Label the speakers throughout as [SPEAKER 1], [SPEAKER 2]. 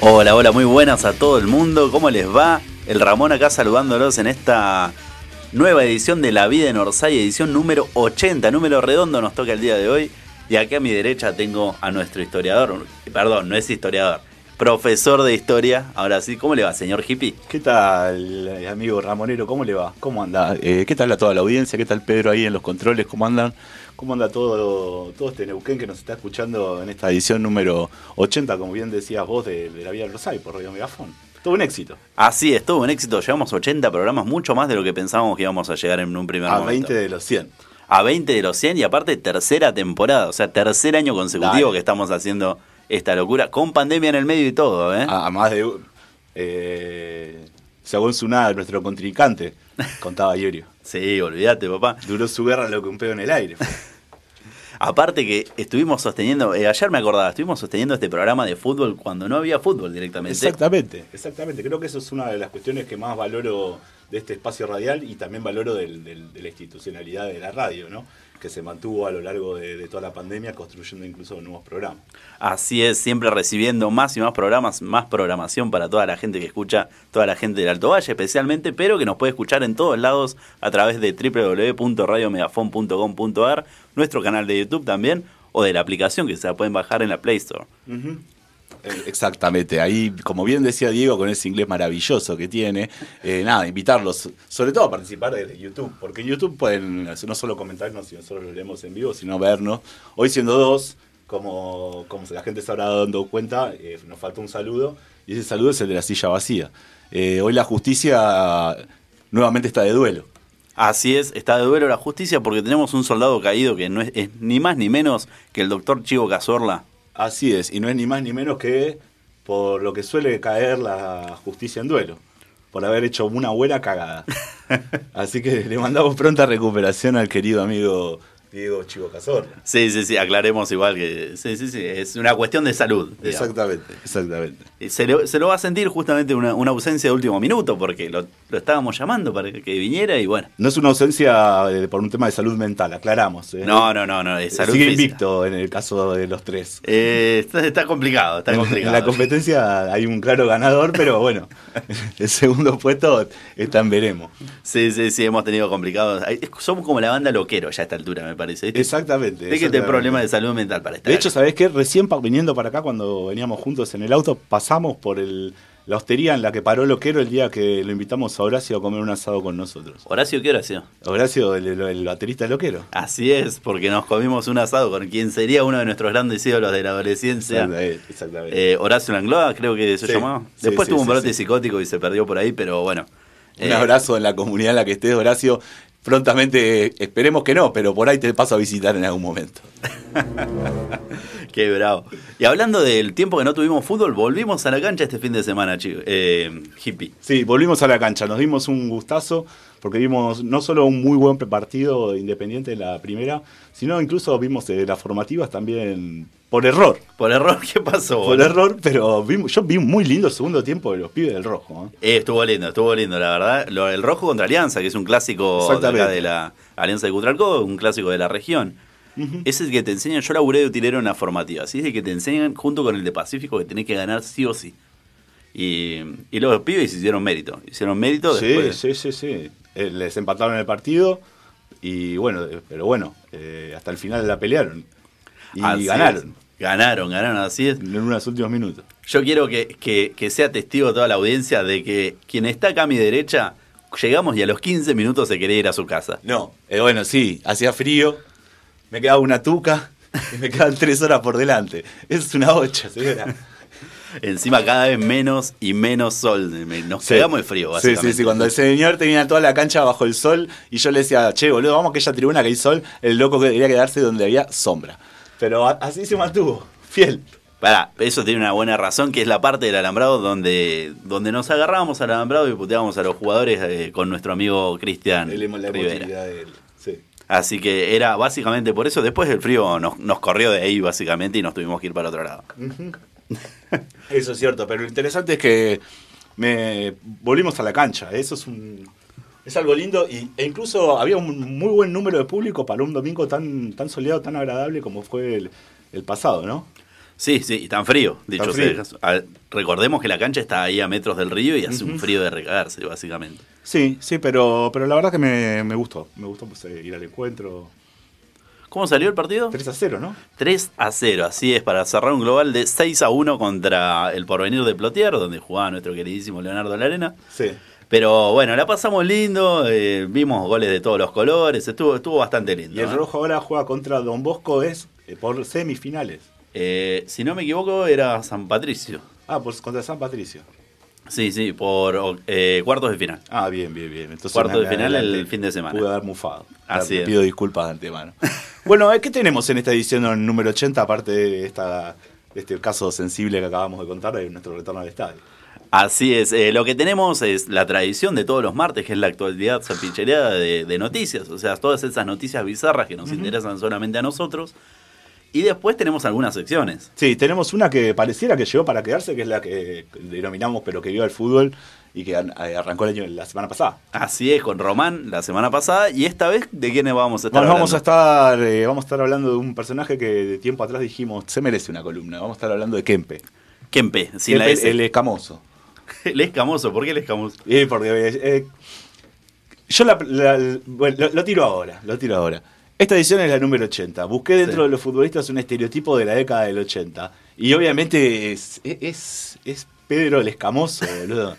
[SPEAKER 1] Hola, hola, muy buenas a todo el mundo. ¿Cómo les va? El Ramón acá saludándolos en esta nueva edición de La Vida en Orsay, edición número 80, número redondo nos toca el día de hoy. Y acá a mi derecha tengo a nuestro historiador, perdón, no es historiador, profesor de historia. Ahora sí, ¿cómo le va, señor hippie?
[SPEAKER 2] ¿Qué tal, eh, amigo Ramonero? ¿Cómo le va? ¿Cómo anda? Eh, ¿Qué tal a toda la audiencia? ¿Qué tal Pedro ahí en los controles? ¿Cómo andan? ¿Cómo anda todo, todo este Neuquén que nos está escuchando en esta edición número 80, como bien decías vos, de, de La Vía del Rosario por Radio Megafón? Todo un éxito.
[SPEAKER 1] Así es, todo un éxito. Llevamos 80 programas, mucho más de lo que pensábamos que íbamos a llegar en un primer
[SPEAKER 2] A
[SPEAKER 1] momento.
[SPEAKER 2] 20 de los 100.
[SPEAKER 1] A 20 de los 100 y aparte tercera temporada, o sea, tercer año consecutivo
[SPEAKER 2] Dale.
[SPEAKER 1] que estamos haciendo esta locura, con pandemia en el medio y todo, ¿eh?
[SPEAKER 2] A, a más de... u- Eh, según Sunada, nuestro contrincante, contaba Yurio.
[SPEAKER 1] Sí, olvídate, papá.
[SPEAKER 2] Duró su guerra lo que un pedo en el aire.
[SPEAKER 1] Aparte que estuvimos sosteniendo, eh, ayer me acordaba, estuvimos sosteniendo este programa de fútbol cuando no había fútbol directamente.
[SPEAKER 2] Exactamente, exactamente. Creo que eso es una de las cuestiones que más valoro de este espacio radial y también valoro del- del- de la institucionalidad de la radio, ¿no? Que se mantuvo a lo largo de, de toda la pandemia construyendo incluso nuevos programas.
[SPEAKER 1] Así es, siempre recibiendo más y más programas, más programación para toda la gente que escucha, toda la gente del Alto Valle especialmente, pero que nos puede escuchar en todos lados a través de www.radiomegafon.com.ar, nuestro canal de YouTube también, o de la aplicación que se la pueden bajar en la Play Store.
[SPEAKER 2] Eh, Exactamente, ahí como bien decía Diego con ese inglés maravilloso que tiene, eh, nada, invitarlos sobre todo a participar de YouTube, porque en YouTube pueden no solo comentarnos si nosotros lo leemos en vivo, sino vernos. Hoy siendo dos, como, como la gente se habrá dado cuenta, eh, nos faltó un saludo y ese saludo es el de la silla vacía. Eh, hoy la justicia nuevamente está de duelo.
[SPEAKER 1] Así es, está de duelo la justicia porque tenemos un soldado caído que no es, es ni más ni menos que el doctor Chivo Cazorla.
[SPEAKER 2] Así es, y no es ni más ni menos que por lo que suele caer la justicia en duelo, por haber hecho una buena cagada. Así que le mandamos pronta recuperación al querido amigo Diego Chivo Cazorla.
[SPEAKER 1] Sí, sí, sí, aclaremos igual que. Sí, sí, sí, es una cuestión de salud. digamos.
[SPEAKER 2] Exactamente, exactamente.
[SPEAKER 1] Y eh, Se lo, se lo va a sentir justamente una, una ausencia de último minuto, porque lo, lo estábamos llamando para que viniera y bueno.
[SPEAKER 2] No es una ausencia eh, por un tema de salud mental, aclaramos. ¿eh?
[SPEAKER 1] No, no, no, no, es salud
[SPEAKER 2] Sigue
[SPEAKER 1] física.
[SPEAKER 2] invicto en el caso de los tres.
[SPEAKER 1] Eh, está, está complicado, está
[SPEAKER 2] En- En
[SPEAKER 1] complicado.
[SPEAKER 2] la competencia hay un claro ganador, pero bueno, el segundo puesto está en veremos.
[SPEAKER 1] Sí, sí, sí, hemos tenido complicados. Ay, es- Somos como la banda loquero ya a esta altura, me parece. ¿viste?
[SPEAKER 2] Exactamente.
[SPEAKER 1] Sé que este
[SPEAKER 2] exactamente.
[SPEAKER 1] problema de salud mental para estar
[SPEAKER 2] De hecho,
[SPEAKER 1] acá.
[SPEAKER 2] ¿sabés qué? Recién pa- viniendo para acá, cuando veníamos juntos en el auto, pasamos por el, la hostería en la que paró Loquero el día que lo invitamos a Horacio a comer un asado con nosotros.
[SPEAKER 1] Horacio, ¿qué hora ha sido?
[SPEAKER 2] Horacio, el, el- el baterista de Loquero.
[SPEAKER 1] Así es, porque nos comimos un asado con quien sería uno de nuestros grandes ídolos de la adolescencia.
[SPEAKER 2] Exactamente. exactamente.
[SPEAKER 1] Eh, Horacio Langloa, creo que se
[SPEAKER 2] Sí,
[SPEAKER 1] llamaba.
[SPEAKER 2] sí,
[SPEAKER 1] Después
[SPEAKER 2] sí,
[SPEAKER 1] tuvo un
[SPEAKER 2] sí,
[SPEAKER 1] brote
[SPEAKER 2] sí.
[SPEAKER 1] psicótico y se perdió por ahí, pero bueno.
[SPEAKER 2] un
[SPEAKER 1] Eh,
[SPEAKER 2] abrazo en la comunidad en la que estés, Horacio. Prontamente, eh, esperemos que no, pero por ahí te paso a visitar en algún momento.
[SPEAKER 1] Qué bravo. Y hablando del tiempo que no tuvimos fútbol, volvimos a la cancha este fin de semana, chico. Eh, hippie.
[SPEAKER 2] Sí, volvimos a la cancha, nos dimos un gustazo porque vimos no solo un muy buen partido de independiente en la primera, sino incluso vimos eh, las formativas también por error.
[SPEAKER 1] Por error, ¿qué pasó?
[SPEAKER 2] Por
[SPEAKER 1] boludo?
[SPEAKER 2] error, pero vi- yo vi un muy lindo segundo tiempo de los pibes del rojo. ¿eh?
[SPEAKER 1] Eh, estuvo lindo, estuvo lindo, la verdad. Lo- el rojo contra Alianza, que es un clásico de, acá
[SPEAKER 2] Exactamente.
[SPEAKER 1] de la Alianza de Cutralcó, un clásico de la región. Es el que te enseñan, yo laburé de utilero en la formativa, así es el que te enseñan junto con el de Pacífico que tenés que ganar sí o sí. Y, y los pibes hicieron mérito, hicieron mérito
[SPEAKER 2] Sí,
[SPEAKER 1] después.
[SPEAKER 2] sí, sí, sí. Eh, les empataron el partido y bueno, eh, pero bueno, eh, hasta el final la pelearon y
[SPEAKER 1] Así
[SPEAKER 2] ganaron
[SPEAKER 1] es. Ganaron, ganaron, así es.
[SPEAKER 2] en unos últimos minutos.
[SPEAKER 1] Yo quiero que, que- que sea testigo toda la audiencia de que quien está acá a mi derecha, llegamos y a los 15 minutos se quería ir a su casa.
[SPEAKER 2] No, eh, bueno, sí, hacía frío, me quedaba una tuca y me quedan tres horas por delante. Es una ocha, señora.
[SPEAKER 1] Encima cada vez menos y menos sol. Me- Nos
[SPEAKER 2] Sí.
[SPEAKER 1] quedamos de frío,
[SPEAKER 2] Sí,
[SPEAKER 1] básicamente.
[SPEAKER 2] sí, sí. Cuando el señor tenía toda la cancha bajo el sol y yo le decía, che, boludo, vamos a aquella tribuna que hay sol, el loco quería quedarse donde había sombra. Pero a- así se mantuvo, fiel.
[SPEAKER 1] Pará, eso tiene una buena razón, que es la parte del alambrado donde, donde nos agarrábamos al alambrado y puteábamos a los jugadores eh, con nuestro amigo Cristian Rivera.
[SPEAKER 2] de él. Sí.
[SPEAKER 1] Así que era básicamente por eso. Después el frío nos, nos corrió de ahí, básicamente, y nos tuvimos que ir para otro lado.
[SPEAKER 2] Eso es cierto, pero lo interesante es que me volvimos a la cancha. Eso es un. Es algo lindo y, e incluso había un muy buen número de público para un domingo tan, tan soleado, tan agradable como fue el, el pasado, ¿no?
[SPEAKER 1] Sí, sí, y tan frío, dicho
[SPEAKER 2] Tan
[SPEAKER 1] sea de
[SPEAKER 2] frío.
[SPEAKER 1] paso. A- Recordemos que la cancha está ahí a metros del río y hace un frío de recagarse, básicamente.
[SPEAKER 2] Sí, sí, pero, pero la verdad que me, me gustó. Me gustó pues, eh, ir al encuentro.
[SPEAKER 1] ¿Cómo salió el partido?
[SPEAKER 2] 3 a 0, ¿no?
[SPEAKER 1] 3 a 0, así es, para cerrar un global de 6 a 1 contra el Porvenir de Plotier, donde jugaba nuestro queridísimo Leonardo Larena.
[SPEAKER 2] Sí.
[SPEAKER 1] Pero bueno, la pasamos lindo, eh, vimos goles de todos los colores, estuvo, estuvo bastante lindo.
[SPEAKER 2] Y el
[SPEAKER 1] ¿eh?
[SPEAKER 2] rojo ahora juega contra Don Bosco es eh, por semifinales.
[SPEAKER 1] Eh, si no me equivoco, era San Patricio.
[SPEAKER 2] Ah, por, contra San Patricio.
[SPEAKER 1] Sí, sí, por o- eh, cuartos de final.
[SPEAKER 2] Ah, bien, bien, bien. Entonces,
[SPEAKER 1] Cuarto
[SPEAKER 2] me-
[SPEAKER 1] de
[SPEAKER 2] me
[SPEAKER 1] final el
[SPEAKER 2] adelanté.
[SPEAKER 1] fin de semana.
[SPEAKER 2] Pude haber mufado.
[SPEAKER 1] Así
[SPEAKER 2] Te
[SPEAKER 1] es.
[SPEAKER 2] Pido disculpas de antemano. bueno, eh, ¿qué tenemos en esta edición número 80, aparte de esta, de este caso sensible que acabamos de contar de nuestro retorno al estadio?
[SPEAKER 1] Así es, eh, lo que tenemos es la tradición de todos los martes, que es la actualidad salpichereada de, de noticias, o sea, todas esas noticias bizarras que nos interesan solamente a nosotros. Y después tenemos algunas secciones.
[SPEAKER 2] Sí, tenemos una que pareciera que llegó para quedarse, que es la que denominamos pero que vio al fútbol y que an- eh, arrancó el año, la semana pasada.
[SPEAKER 1] Así es, con Román la semana pasada, y esta vez, ¿de quiénes vamos a estar
[SPEAKER 2] Bueno, vamos a
[SPEAKER 1] hablando?
[SPEAKER 2] estar eh, vamos a estar hablando de un personaje que de tiempo atrás dijimos se merece una columna. Vamos a estar hablando de Kempe.
[SPEAKER 1] Kempe, sin la
[SPEAKER 2] Kempe,
[SPEAKER 1] S.
[SPEAKER 2] el E.
[SPEAKER 1] El,
[SPEAKER 2] escamoso.
[SPEAKER 1] escamoso, ¿por qué el escamoso?
[SPEAKER 2] Eh, porque eh, eh, yo la, la- bueno, lo, lo tiro ahora, lo tiro ahora. Esta edición es la número 80. Busqué dentro
[SPEAKER 1] Sí.
[SPEAKER 2] de los futbolistas un estereotipo de la década del 80. Y obviamente es, es, es Pedro el Escamoso, boludo.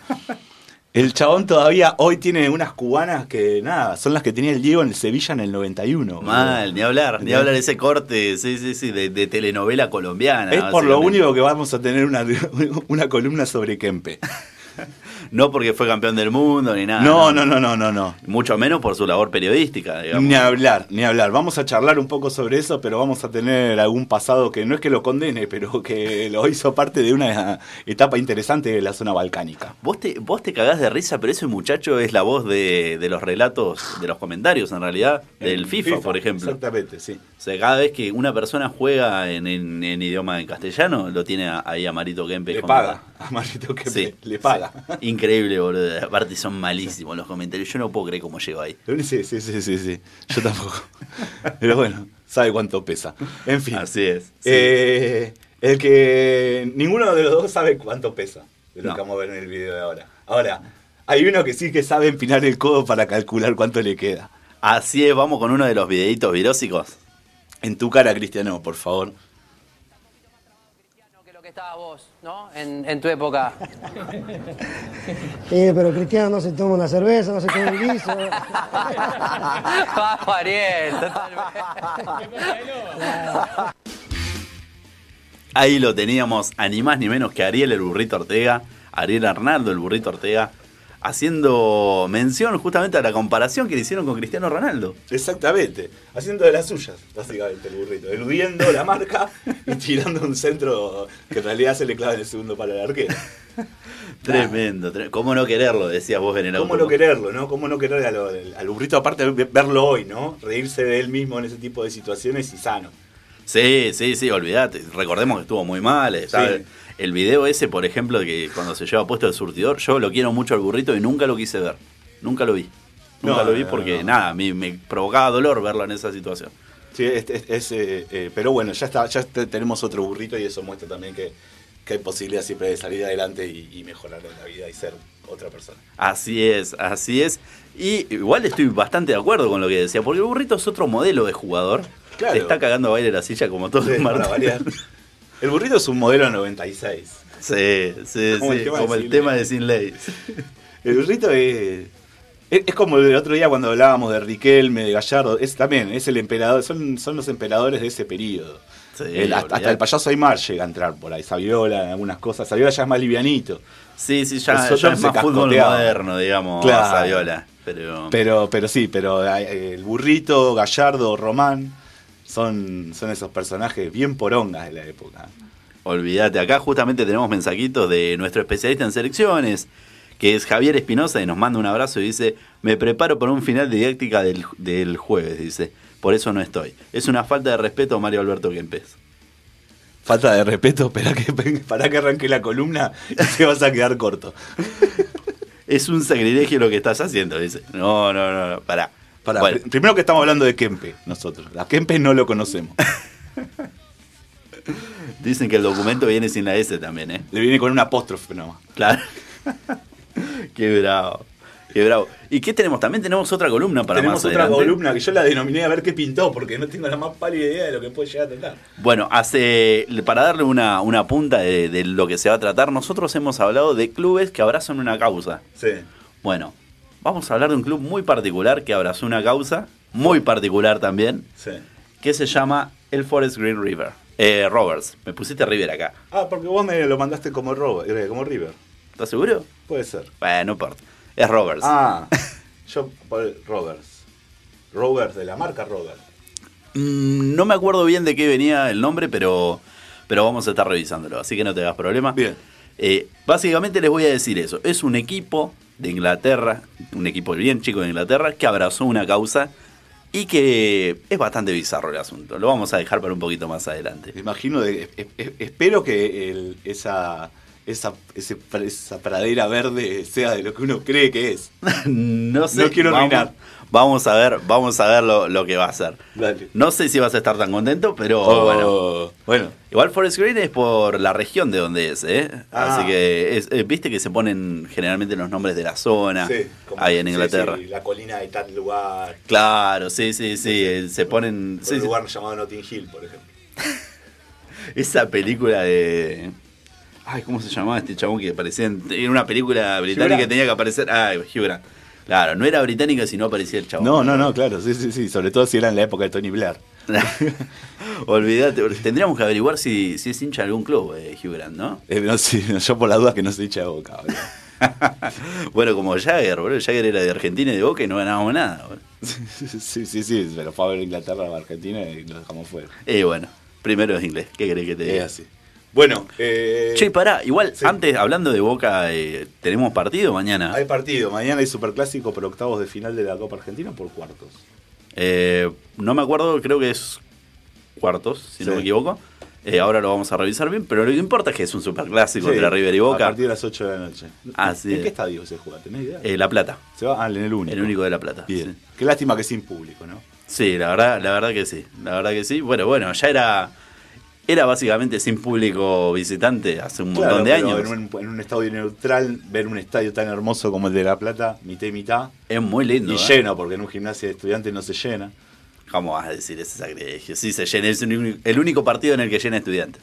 [SPEAKER 2] El chabón todavía hoy tiene unas cubanas que, nada, son las que tenía el Diego en el Sevilla en el 91. boludo.
[SPEAKER 1] Mal, ni hablar, ni
[SPEAKER 2] ¿Entendés?
[SPEAKER 1] hablar ese corte, sí, sí, sí, de, de telenovela colombiana.
[SPEAKER 2] Es por lo
[SPEAKER 1] básicamente.
[SPEAKER 2] único que vamos a tener una, una columna sobre Kempe.
[SPEAKER 1] No porque fue campeón del mundo ni nada.
[SPEAKER 2] No, no, no, no, no, no.
[SPEAKER 1] Mucho menos por su labor periodística, digamos.
[SPEAKER 2] Ni hablar, ni hablar. Vamos a charlar un poco sobre eso, pero vamos a tener algún pasado que no es que lo condene, pero que lo hizo parte de una etapa interesante de la zona balcánica.
[SPEAKER 1] Vos te, vos te cagás de risa, pero ese muchacho es la voz de, de los relatos, de los comentarios en realidad, del
[SPEAKER 2] En
[SPEAKER 1] FIFA, por ejemplo.
[SPEAKER 2] Exactamente, sí.
[SPEAKER 1] O sea, cada vez que una persona juega en, en- en idioma en castellano, lo tiene a- ahí a Marito Kempe.
[SPEAKER 2] Le
[SPEAKER 1] como-
[SPEAKER 2] paga. A Marito que
[SPEAKER 1] Sí,
[SPEAKER 2] le paga.
[SPEAKER 1] sí. Increíble, boludo. Aparte son malísimos los comentarios. Yo no puedo creer cómo llegó ahí.
[SPEAKER 2] Sí, sí, sí, sí, sí. Yo tampoco. Pero bueno, sabe cuánto pesa. En fin.
[SPEAKER 1] Así es. sí.
[SPEAKER 2] Eh, el que ninguno de los dos sabe cuánto pesa de lo
[SPEAKER 1] No.
[SPEAKER 2] que vamos a ver en el video de ahora. Ahora, hay uno que sí que sabe empinar el codo para calcular cuánto le queda.
[SPEAKER 1] Así es, vamos con uno de los videitos virósicos.
[SPEAKER 2] En tu cara, Cristiano, por favor.
[SPEAKER 3] que lo que estabas vos, ¿no? En, en tu época.
[SPEAKER 4] Eh, pero Cristiano no se toma una cerveza, no se toma un guiso.
[SPEAKER 3] Vamos, Ariel, totalmente.
[SPEAKER 1] Ahí lo teníamos, a ni más ni menos que Ariel el burrito Ortega, Ariel Arnaldo el burrito Ortega, haciendo mención justamente a la comparación que le hicieron con Cristiano Ronaldo.
[SPEAKER 2] Exactamente. Haciendo de las suyas, básicamente, el burrito. Eludiendo la marca y tirando un centro que en realidad se le clava en el segundo para el arquero.
[SPEAKER 1] Tremendo, tre- ¿cómo no quererlo? Decías vos en el
[SPEAKER 2] ¿Cómo
[SPEAKER 1] auto.
[SPEAKER 2] no quererlo, no? ¿Cómo no querer al, al- al burrito, aparte de verlo hoy, ¿no? Reírse de él mismo en ese tipo de situaciones y sano.
[SPEAKER 1] Sí, sí, sí, olvidate. Recordemos que estuvo muy mal. está-
[SPEAKER 2] Sí.
[SPEAKER 1] El video ese, por ejemplo, que cuando se lleva puesto el surtidor, yo lo quiero mucho al burrito y nunca lo quise ver. Nunca lo vi.
[SPEAKER 2] No,
[SPEAKER 1] Nunca lo vi
[SPEAKER 2] no,
[SPEAKER 1] porque
[SPEAKER 2] no.
[SPEAKER 1] nada, a mí me provocaba dolor verlo en esa situación.
[SPEAKER 2] Sí, es, es- es, eh, eh, pero bueno, ya está, ya te- tenemos otro burrito y eso muestra también que, que hay posibilidad siempre de salir adelante y, y mejorar en la vida y ser otra persona.
[SPEAKER 1] Así es, así es. Y igual estoy bastante de acuerdo con lo que decía, porque el burrito es otro modelo de jugador.
[SPEAKER 2] Claro.
[SPEAKER 1] Te está cagando a baile la silla como todo
[SPEAKER 2] Sí,
[SPEAKER 1] el
[SPEAKER 2] para variar. El burrito es un modelo 96.
[SPEAKER 1] Sí, sí,
[SPEAKER 2] Como el
[SPEAKER 1] sí,
[SPEAKER 2] tema de
[SPEAKER 1] como el
[SPEAKER 2] Sin
[SPEAKER 1] tema
[SPEAKER 2] Ley.
[SPEAKER 1] de Sin Ley.
[SPEAKER 2] El burrito es, es, es como el otro día cuando hablábamos de Riquelme, de Gallardo, es también, es el emperador, son, son los emperadores de ese periodo.
[SPEAKER 1] Sí,
[SPEAKER 2] El- hasta, hasta
[SPEAKER 1] olvidate.
[SPEAKER 2] el payaso Aymar llega a entrar por ahí, Saviola en algunas cosas, Saviola ya es más livianito,
[SPEAKER 1] Sí, sí, ya,
[SPEAKER 2] Eso
[SPEAKER 1] ya
[SPEAKER 2] no
[SPEAKER 1] es
[SPEAKER 2] se
[SPEAKER 1] más fútbol
[SPEAKER 2] cascoteaba.
[SPEAKER 1] moderno, digamos,
[SPEAKER 2] Claro.
[SPEAKER 1] Saviola. Pero,
[SPEAKER 2] pero, pero sí, pero eh, el burrito, Gallardo, Román, son, son esos personajes bien porongas de la época.
[SPEAKER 1] olvídate, acá justamente tenemos mensajitos de nuestro especialista en selecciones, que es Javier Espinosa, y nos manda un abrazo y dice, me preparo para un final didáctica del, del jueves, dice. Por eso no estoy. Es una falta de respeto a Mario Alberto Kempes.
[SPEAKER 2] Falta de respeto, espera que, para que arranque la columna y te vas a quedar corto.
[SPEAKER 1] Es un sacrilegio lo que estás haciendo, dice. No, no, no, no, pará.
[SPEAKER 2] Pará,
[SPEAKER 1] Bueno,
[SPEAKER 2] pr- primero que estamos hablando de Kempe, nosotros. A Kempe no lo conocemos.
[SPEAKER 1] Dicen que el documento viene sin la S también, ¿eh?
[SPEAKER 2] Le viene con un apóstrofe nomás.
[SPEAKER 1] Claro. qué bravo. Qué bravo. ¿Y qué tenemos? También tenemos otra columna para
[SPEAKER 2] Tenemos
[SPEAKER 1] más
[SPEAKER 2] otra
[SPEAKER 1] adelante.
[SPEAKER 2] columna que yo la denominé a ver qué pintó, porque no tengo la más pálida idea de lo que puede llegar a tocar.
[SPEAKER 1] Bueno, hace, para darle una, una punta de, de lo que se va a tratar, nosotros hemos hablado de clubes que abrazan una causa.
[SPEAKER 2] Sí.
[SPEAKER 1] Bueno, vamos a hablar de un club muy particular que abrazó una causa, muy particular también,
[SPEAKER 2] Sí.
[SPEAKER 1] que se llama el Forest Green River. Eh, Roberts, me pusiste River acá.
[SPEAKER 2] Ah, porque vos me lo mandaste como, Rob- eh, como River.
[SPEAKER 1] ¿Estás seguro?
[SPEAKER 2] Puede ser.
[SPEAKER 1] Bueno, Eh, no importa. Es Roberts.
[SPEAKER 2] Ah, yo por Roberts. Roberts, de la marca Roberts.
[SPEAKER 1] Mm, no me acuerdo bien de qué venía el nombre, pero, pero vamos a estar revisándolo, así que no te hagas problema.
[SPEAKER 2] Bien.
[SPEAKER 1] Eh, básicamente les voy a decir eso. Es un equipo de Inglaterra, un equipo bien chico de Inglaterra, que abrazó una causa y que es bastante bizarro el asunto. Lo vamos a dejar para un poquito más adelante.
[SPEAKER 2] Me Imagino, de- es- es- espero que el- esa, esa, ese- esa pradera verde sea de lo que uno cree que es.
[SPEAKER 1] no sé.
[SPEAKER 2] No quiero
[SPEAKER 1] vamos,
[SPEAKER 2] arruinar.
[SPEAKER 1] Vamos a ver, vamos a ver lo, lo que va a ser.
[SPEAKER 2] Dale. Oh.
[SPEAKER 1] No sé si vas a estar tan contento, pero bueno.
[SPEAKER 2] bueno. bueno.
[SPEAKER 1] Igual Forest Green es por la región de donde es, ¿eh?
[SPEAKER 2] Ah.
[SPEAKER 1] Así que, es- eh, viste que se ponen generalmente los nombres de la zona
[SPEAKER 2] como-
[SPEAKER 1] ahí en
[SPEAKER 2] sí,
[SPEAKER 1] Inglaterra.
[SPEAKER 2] sí, la colina de tal lugar.
[SPEAKER 1] Claro, sí, sí, sí, eh, se ponen...
[SPEAKER 2] por
[SPEAKER 1] sí,
[SPEAKER 2] un
[SPEAKER 1] sí.
[SPEAKER 2] lugar llamado Notting Hill, por ejemplo.
[SPEAKER 1] Esa película de... Ay, ¿cómo se llamaba este chabón que aparecía en, en una película británica
[SPEAKER 2] Grant.
[SPEAKER 1] que tenía que aparecer? Ay, Hugh Grant. Claro, no era británica sino aparecía el chabón.
[SPEAKER 2] No, no, no, claro, sí, sí, sí. Sobre todo si era en la época de Tony Blair.
[SPEAKER 1] Olvídate, porque tendríamos que averiguar si, si es hincha de algún club, eh, Hugh Grant, ¿no?
[SPEAKER 2] Eh, no, sí, no, yo por la duda que no se hincha de boca. boludo.
[SPEAKER 1] Bueno, como Jagger, boludo. Jagger era de Argentina y de Boca y no ganábamos nada, boludo.
[SPEAKER 2] Sí, sí, sí, se lo fue a ver Inglaterra o Argentina y lo dejamos fuera.
[SPEAKER 1] Y bueno, primero es inglés, ¿qué crees que te
[SPEAKER 2] Es
[SPEAKER 1] diga?
[SPEAKER 2] así. Bueno, eh,
[SPEAKER 1] Che, pará, igual,
[SPEAKER 2] sí.
[SPEAKER 1] antes, hablando de Boca, eh, ¿tenemos partido mañana?
[SPEAKER 2] hay partido. Mañana hay superclásico por octavos de final de la Copa Argentina por cuartos.
[SPEAKER 1] Eh, no me acuerdo, creo que es cuartos, si no
[SPEAKER 2] Sí.
[SPEAKER 1] me equivoco. Eh, ahora lo vamos a revisar bien, pero lo que importa es que es un superclásico
[SPEAKER 2] Sí,
[SPEAKER 1] entre River y
[SPEAKER 2] A
[SPEAKER 1] Boca.
[SPEAKER 2] partir de las 8 de la noche.
[SPEAKER 1] Así
[SPEAKER 2] ¿En
[SPEAKER 1] es.
[SPEAKER 2] qué estadio se juega? ¿Tenés idea?
[SPEAKER 1] Eh, la Plata,
[SPEAKER 2] se va al en el único.
[SPEAKER 1] el único de La Plata.
[SPEAKER 2] Bien.
[SPEAKER 1] Sí.
[SPEAKER 2] Qué lástima que sin público, ¿no?
[SPEAKER 1] Sí, la verdad, la verdad que sí. La verdad que sí. Bueno, bueno, ya era. Era básicamente sin público visitante hace un montón de
[SPEAKER 2] pero
[SPEAKER 1] años.
[SPEAKER 2] En un, en un estadio neutral, ver un estadio tan hermoso como el de La Plata, mitad y mitad.
[SPEAKER 1] Es muy lindo.
[SPEAKER 2] Y
[SPEAKER 1] ¿eh?
[SPEAKER 2] lleno, porque en un gimnasio de estudiantes no se llena.
[SPEAKER 1] ¿Cómo vas a decir ese sacrilegio? Sí, se llena. Es un- el único partido en el que llena estudiantes.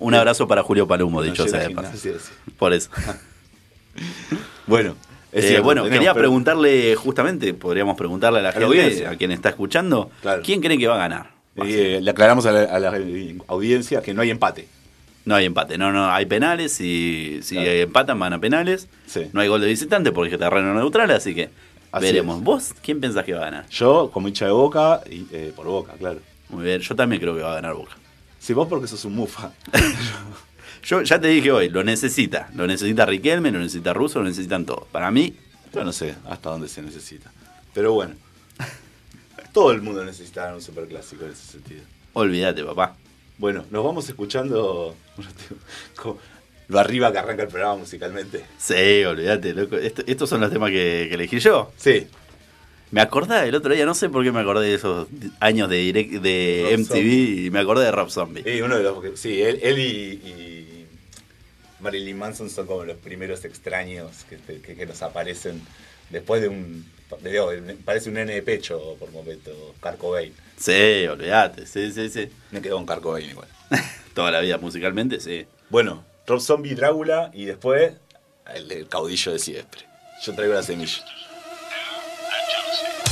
[SPEAKER 1] Un abrazo para Julio Palumo,
[SPEAKER 2] No
[SPEAKER 1] dicho
[SPEAKER 2] llena
[SPEAKER 1] sea de paso.
[SPEAKER 2] gimnasio, Ah. sí.
[SPEAKER 1] Por eso.
[SPEAKER 2] Bueno, es
[SPEAKER 1] Eh,
[SPEAKER 2] cierto,
[SPEAKER 1] bueno,
[SPEAKER 2] tenemos,
[SPEAKER 1] quería
[SPEAKER 2] pero-
[SPEAKER 1] preguntarle, justamente, podríamos preguntarle a la
[SPEAKER 2] A la
[SPEAKER 1] gente,
[SPEAKER 2] audiencia.
[SPEAKER 1] a quien está escuchando,
[SPEAKER 2] Claro.
[SPEAKER 1] ¿quién cree que va a ganar?
[SPEAKER 2] Eh, le aclaramos a la, a la audiencia que no hay empate.
[SPEAKER 1] No hay empate, no, no, hay penales y si
[SPEAKER 2] Claro.
[SPEAKER 1] empatan van a penales.
[SPEAKER 2] Sí.
[SPEAKER 1] No hay gol de visitante porque es terreno neutral, así que
[SPEAKER 2] Así
[SPEAKER 1] veremos.
[SPEAKER 2] es.
[SPEAKER 1] ¿Vos quién pensás que va a ganar?
[SPEAKER 2] Yo, como hincha de boca, y, eh, por boca, claro.
[SPEAKER 1] Muy bien, yo también creo que va a ganar Boca.
[SPEAKER 2] Si vos porque sos un mufa.
[SPEAKER 1] Yo ya te dije hoy, lo necesita. Lo necesita Riquelme, lo necesita Russo, lo necesitan todos. Para mí,
[SPEAKER 2] Yo no sé hasta dónde se necesita. Pero bueno. Todo el mundo necesita un superclásico en ese sentido.
[SPEAKER 1] olvídate, papá.
[SPEAKER 2] Bueno, nos vamos escuchando como lo arriba que arranca el programa musicalmente.
[SPEAKER 1] Sí, olvídate, loco. Esto- estos son los temas que, que elegí yo.
[SPEAKER 2] Sí,
[SPEAKER 1] Me acordaba el otro día, no sé por qué me acordé de esos años de, direct- de
[SPEAKER 2] Rob
[SPEAKER 1] MTV y me acordé de Rob Zombie.
[SPEAKER 2] y uno de los que- sí, él, él y, y Marilyn Manson son como los primeros extraños que, este, que- que nos aparecen después de un digo, parece un nene de pecho por momento, Carcobain.
[SPEAKER 1] Sí, olvídate, sí, sí, sí.
[SPEAKER 2] Me quedo con Carcobain igual.
[SPEAKER 1] Toda la vida musicalmente, sí.
[SPEAKER 2] Bueno, Rob Zombie, Drácula y después el, el caudillo de siempre. Yo traigo la semilla.